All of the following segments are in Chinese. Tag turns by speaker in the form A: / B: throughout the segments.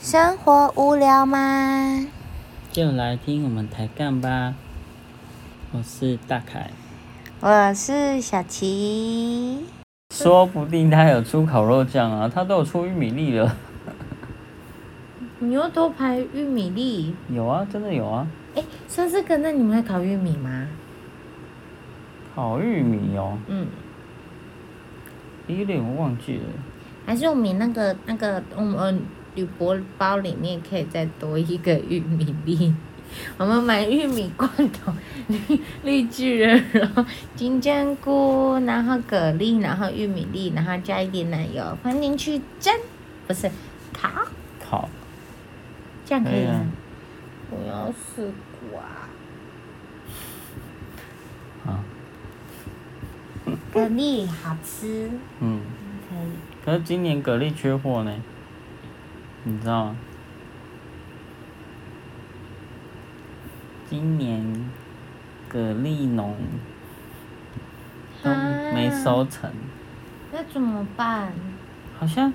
A: 生活无聊吗？
B: 就来听我们抬杠吧。我是大凯，
A: 我是小琪。
B: 说不定他有出烤肉酱啊，他都有出玉米粒了。
A: 你又多排玉米粒。
B: 有啊，真的有啊，
A: 哎，上次跟那你们会烤玉米吗？
B: 烤玉米哦，
A: 嗯，
B: 有点忘记了。
A: 还是我们那个那个我们铝箔包里面可以再多一个玉米粒。 我们买玉米罐头、 绿绿巨人，然后金针菇，然后蛤蜊，然后玉米粒，然后加一点奶油，放进去蒸，不是烤，
B: 烤，
A: 这样可以
B: 可以啊
A: 吗？我要试瓜。
B: 啊，
A: 蛤蜊好吃，
B: 嗯，
A: 可以。
B: 可是今年蛤蜊缺货呢，你知道吗？今年蛤蜊农都没收成。
A: 啊那怎么办？
B: 好像，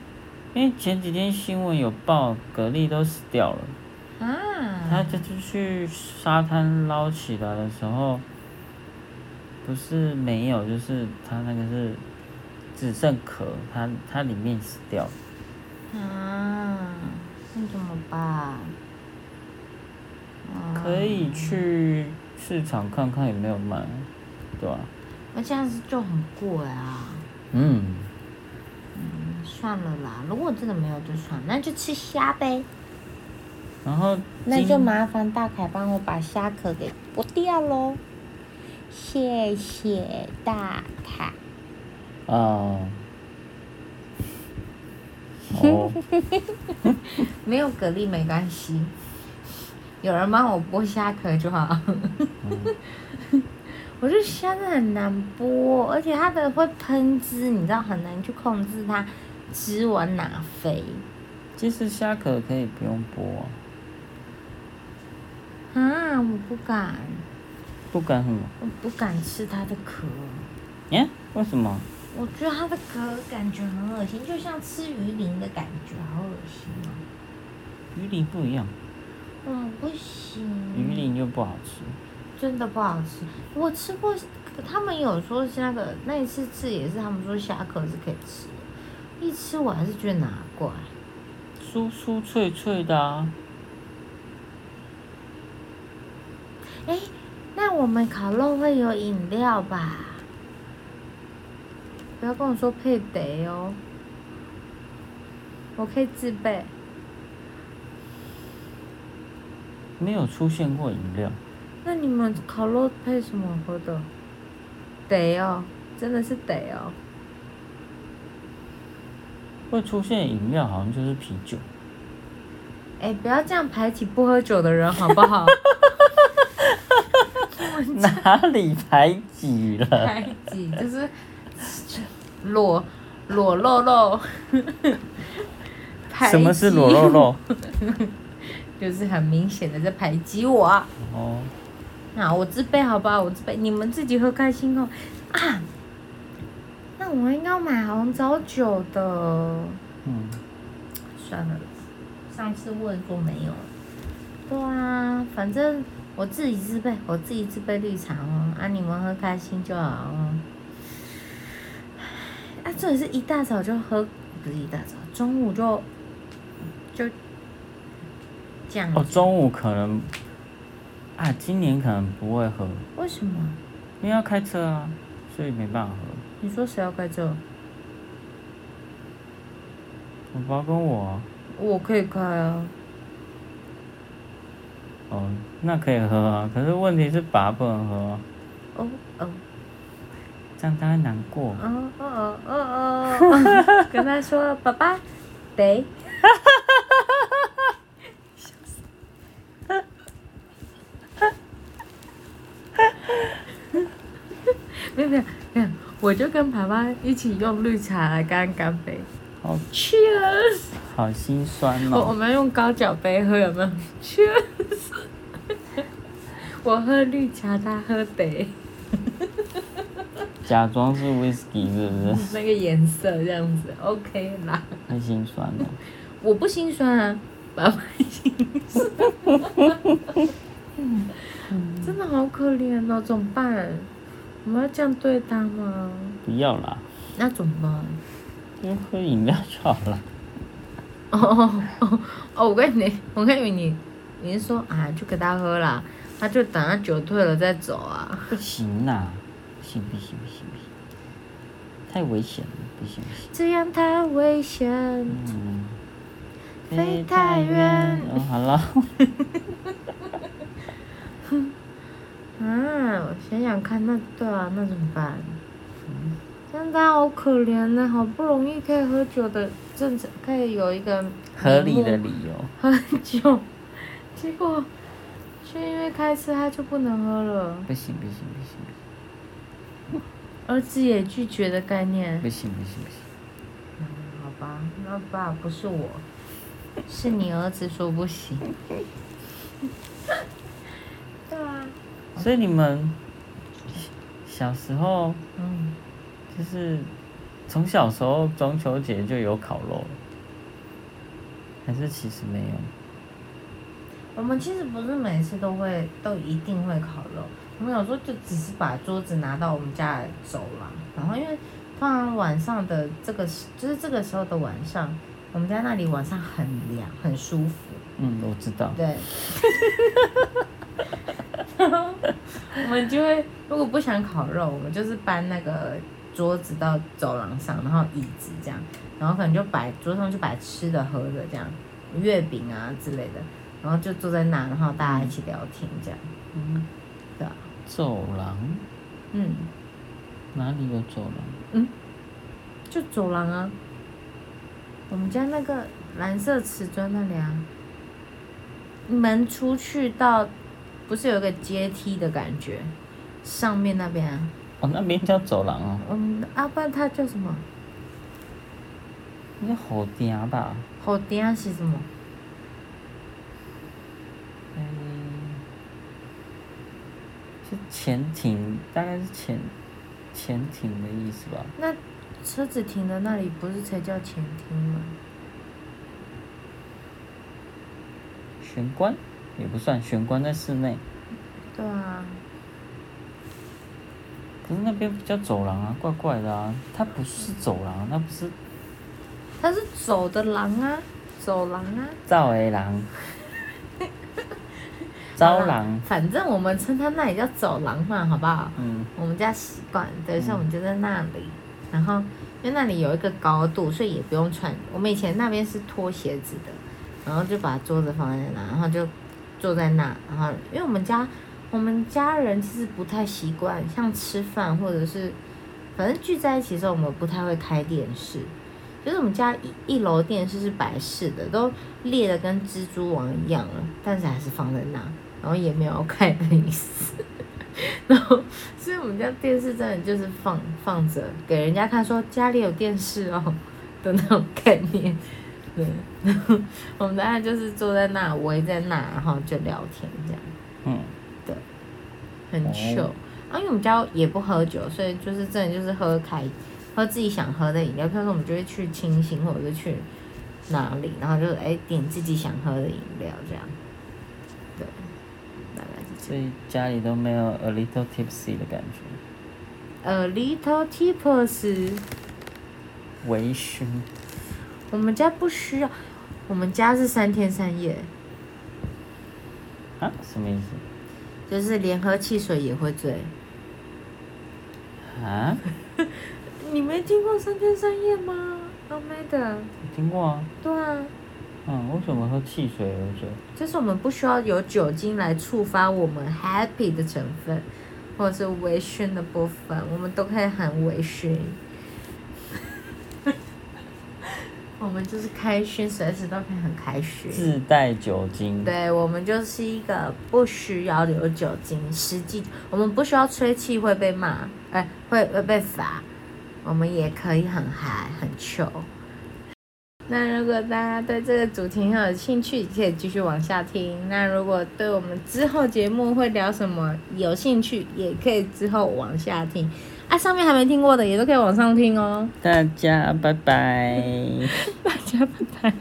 B: 因为前几天新闻有报蛤蜊都死掉了，他
A: 啊，
B: 这次去沙滩捞起来的时候，不是没有，就是它那个是只剩壳，它它里面死掉了，
A: 啊，那怎么办？啊
B: 可以去市场看看有没有卖，对吧、
A: 那这样子就很贵啊。
B: 嗯，
A: 嗯算了啦，如果真的没有就算了，那就吃虾呗。
B: 然后
A: 那
B: 今
A: 就麻烦大凯帮我把虾壳给剥掉喽，谢谢大凯。
B: 啊。哦，
A: 没有蛤蜊没关系，有人帮我剥虾壳就好。嗯 我觉得虾真的很难剥，而且它的会喷汁，你知道很难去控制它汁往哪飞
B: 其实虾壳可以不用剥啊、
A: 啊！我不敢，
B: 不敢什么？
A: 我不敢吃它的壳，
B: 耶、为什么？
A: 我觉得它的壳感觉很恶心，就像吃鱼鳞的感觉，好恶心哦！
B: 鱼鳞不一样，
A: 嗯，不行。
B: 鱼鳞就不好吃。
A: 真的不好吃。我吃过，他们有说是那个那一次吃也是，他们说虾壳是可以吃的，一吃我还是觉得哪怪。
B: 酥酥脆脆的啊，
A: 哎，那我们烤肉会有饮料吧？不要跟我说配得哦，我可以自备。
B: 没有出现过饮料。
A: 那你们烤肉配什么喝的？得哦，真的是得哦。
B: 会出现饮料好像就是啤 酒，
A: 哎，不要这样排挤不喝酒的人好不 好？啊
B: 哪里排挤了？
A: 开挤，就是裸裸露露。 排
B: 什么是裸
A: 挤
B: 露？露？
A: 就是很明显的在排挤我。
B: 哦，
A: 那我自备好吧，我自备，你们自己喝开心哦。啊，那我应该买红枣酒的。
B: 嗯，
A: 算了啦，上次问过没有？对啊，反正我自己自备，我自己自备绿茶哦，啊，你们喝开心就好哦。啊，这也是一大早就喝，不是一大早，中午就就这样、
B: 哦，中午可能啊，今年可能不会喝，
A: 为什么？
B: 因为要开车啊，所以没办法喝。
A: 你说谁要开车？
B: 我爸跟我啊、
A: 我可以开啊。
B: 哦，那可以喝啊，可是问题是爸不能喝、啊，
A: 哦哦
B: 这样他会难过。
A: 哦哦哦哦哦，跟他说爸爸，得。没有没有没有，我就跟爸爸一起用绿茶来干干杯
B: 好
A: ，Cheers！
B: 哦好心酸
A: 我我
B: 哦。
A: 们用高脚杯喝有没有？Cheers！我喝绿茶，他喝得
B: 假装是 whisky 是不是？
A: 那个颜色这样子，OK 啦。
B: 太心酸了。
A: 我不心酸啊，爸爸心上，真的好可怜哦，怎么办？我们要这样对他吗？
B: 不要啦，
A: 那怎么办？
B: 就喝饮料就好了。
A: 哦哦哦哦！我跟你，我跟你，你你是说啊，就给他喝啦，他就等他酒退了再走啊？
B: 不行啦，不行不行不行不行，太危险了，不行不行。
A: 这样太危险。
B: 嗯，
A: 飞太远
B: 哦，好了，
A: 啊，我想想看，那对啊，那怎么办？这样他好可怜呢、好不容易可以喝酒的正常，可以有一个
B: 合理的
A: 名目
B: 理由。
A: 喝酒，结果却因为开车他就不能喝了，
B: 不行不行不行不行
A: 儿子也拒绝的概念。
B: 不行不行不行，
A: 嗯好吧，那爸不是我，是你儿子说不 行。对啊，
B: 所以你们小时候
A: 嗯，
B: 就是从小时候中秋节就有烤肉了，还是其实没有？
A: 我们其实不是每次都会，都一定会烤肉。我们有时候就只是把桌子拿到我们家来走廊，然后因为通常晚上的这个时，就是这个时候的晚上，我们家那里晚上很凉，很舒服。
B: 嗯，我知道。
A: 对。我们就会，如果不想烤肉，我们就是搬那个桌子到走廊上，然后椅子这样，然后可能就摆桌上就摆吃的喝的这样，月饼啊之类的，然后就坐在那，然后大家一起聊天这样，
B: 嗯，
A: 对啊，
B: 走廊
A: 嗯，
B: 哪里有走廊？
A: 就走廊啊，我们家那个蓝色瓷砖那里啊，门出去到，不是有一个阶梯的感觉，上面那边啊，
B: 哦，那边叫走廊哦，
A: 嗯，阿爸他叫什么？
B: 应该好嗲吧？
A: 好嗲啊是什么？
B: 嗯，是潜艇，大概是潜潜艇的意思吧？
A: 那车子停的那里不是才叫前厅吗？
B: 玄关也不算，玄关在室内，
A: 对啊，
B: 可是那边不叫走廊啊，怪怪的啊，它不是走廊，那不是
A: 它是走的廊啊，走廊啊。
B: 赵的廊，招廊，
A: 反正我们称它那里叫走廊嘛，好不好？
B: 嗯，
A: 我们家习惯，等一下我们就在那里，然后因为那里有一个高度，所以也不用穿。我们以前那边是脱鞋子的，然后就把桌子放在那，然后就坐在那，然后因为我们家我们家人其实不太习惯，像吃饭或者是反正聚在一起的时候，我们不太会开电视。就是我们家一一楼电视是白式的，都裂的跟蜘蛛网一样了，但是还是放在那，然后也没有要开的意思。 然后，所以我们家电视真的就是放放着，给人家看说家里有电视哦的那种概念。对， 然后我们大概就是坐在那围在那，然后就聊天这样。
B: 嗯，
A: 很
B: 哦
A: 糗。啊，因为我们家也不喝酒，所以就是真的就是喝开，喝自己想喝的饮料。譬如说，我们就会去清醒，或者是去哪里，然后就是哎、点自己想喝的饮料这样。对，大概是这
B: 所以家里都没有 a little tipsy 的感
A: 样。
B: 觉，
A: A 呃 little tippers，
B: 微醺，
A: 我们家不需要，我们家是三天三夜，
B: 啊，什么意思？
A: 就是连喝汽水也会醉。
B: 啊，
A: 你没听过三天三夜吗？阿妹的，
B: 我听过啊，
A: 对啊。
B: 嗯，为什么喝汽水而醉？
A: 就是我们不需要有酒精来触发我们 happy 的成分，或者是微醺的部分，我们都可以很微醺。 我们就是开心，随时都可以很开心。
B: 自带酒精，
A: 对，我们就是一个不需要有酒精，实际我们不需要吹气会被骂，哎、会会被罚，我们也可以很嗨很糗。那如果大家对这个主题很有兴趣，可以继续往下听。那如果对我们之后节目会聊什么有兴趣，也可以之后往下听。啊，上面还没听过的也都可以往上听哦。
B: 大家拜拜。
A: 大家拜拜。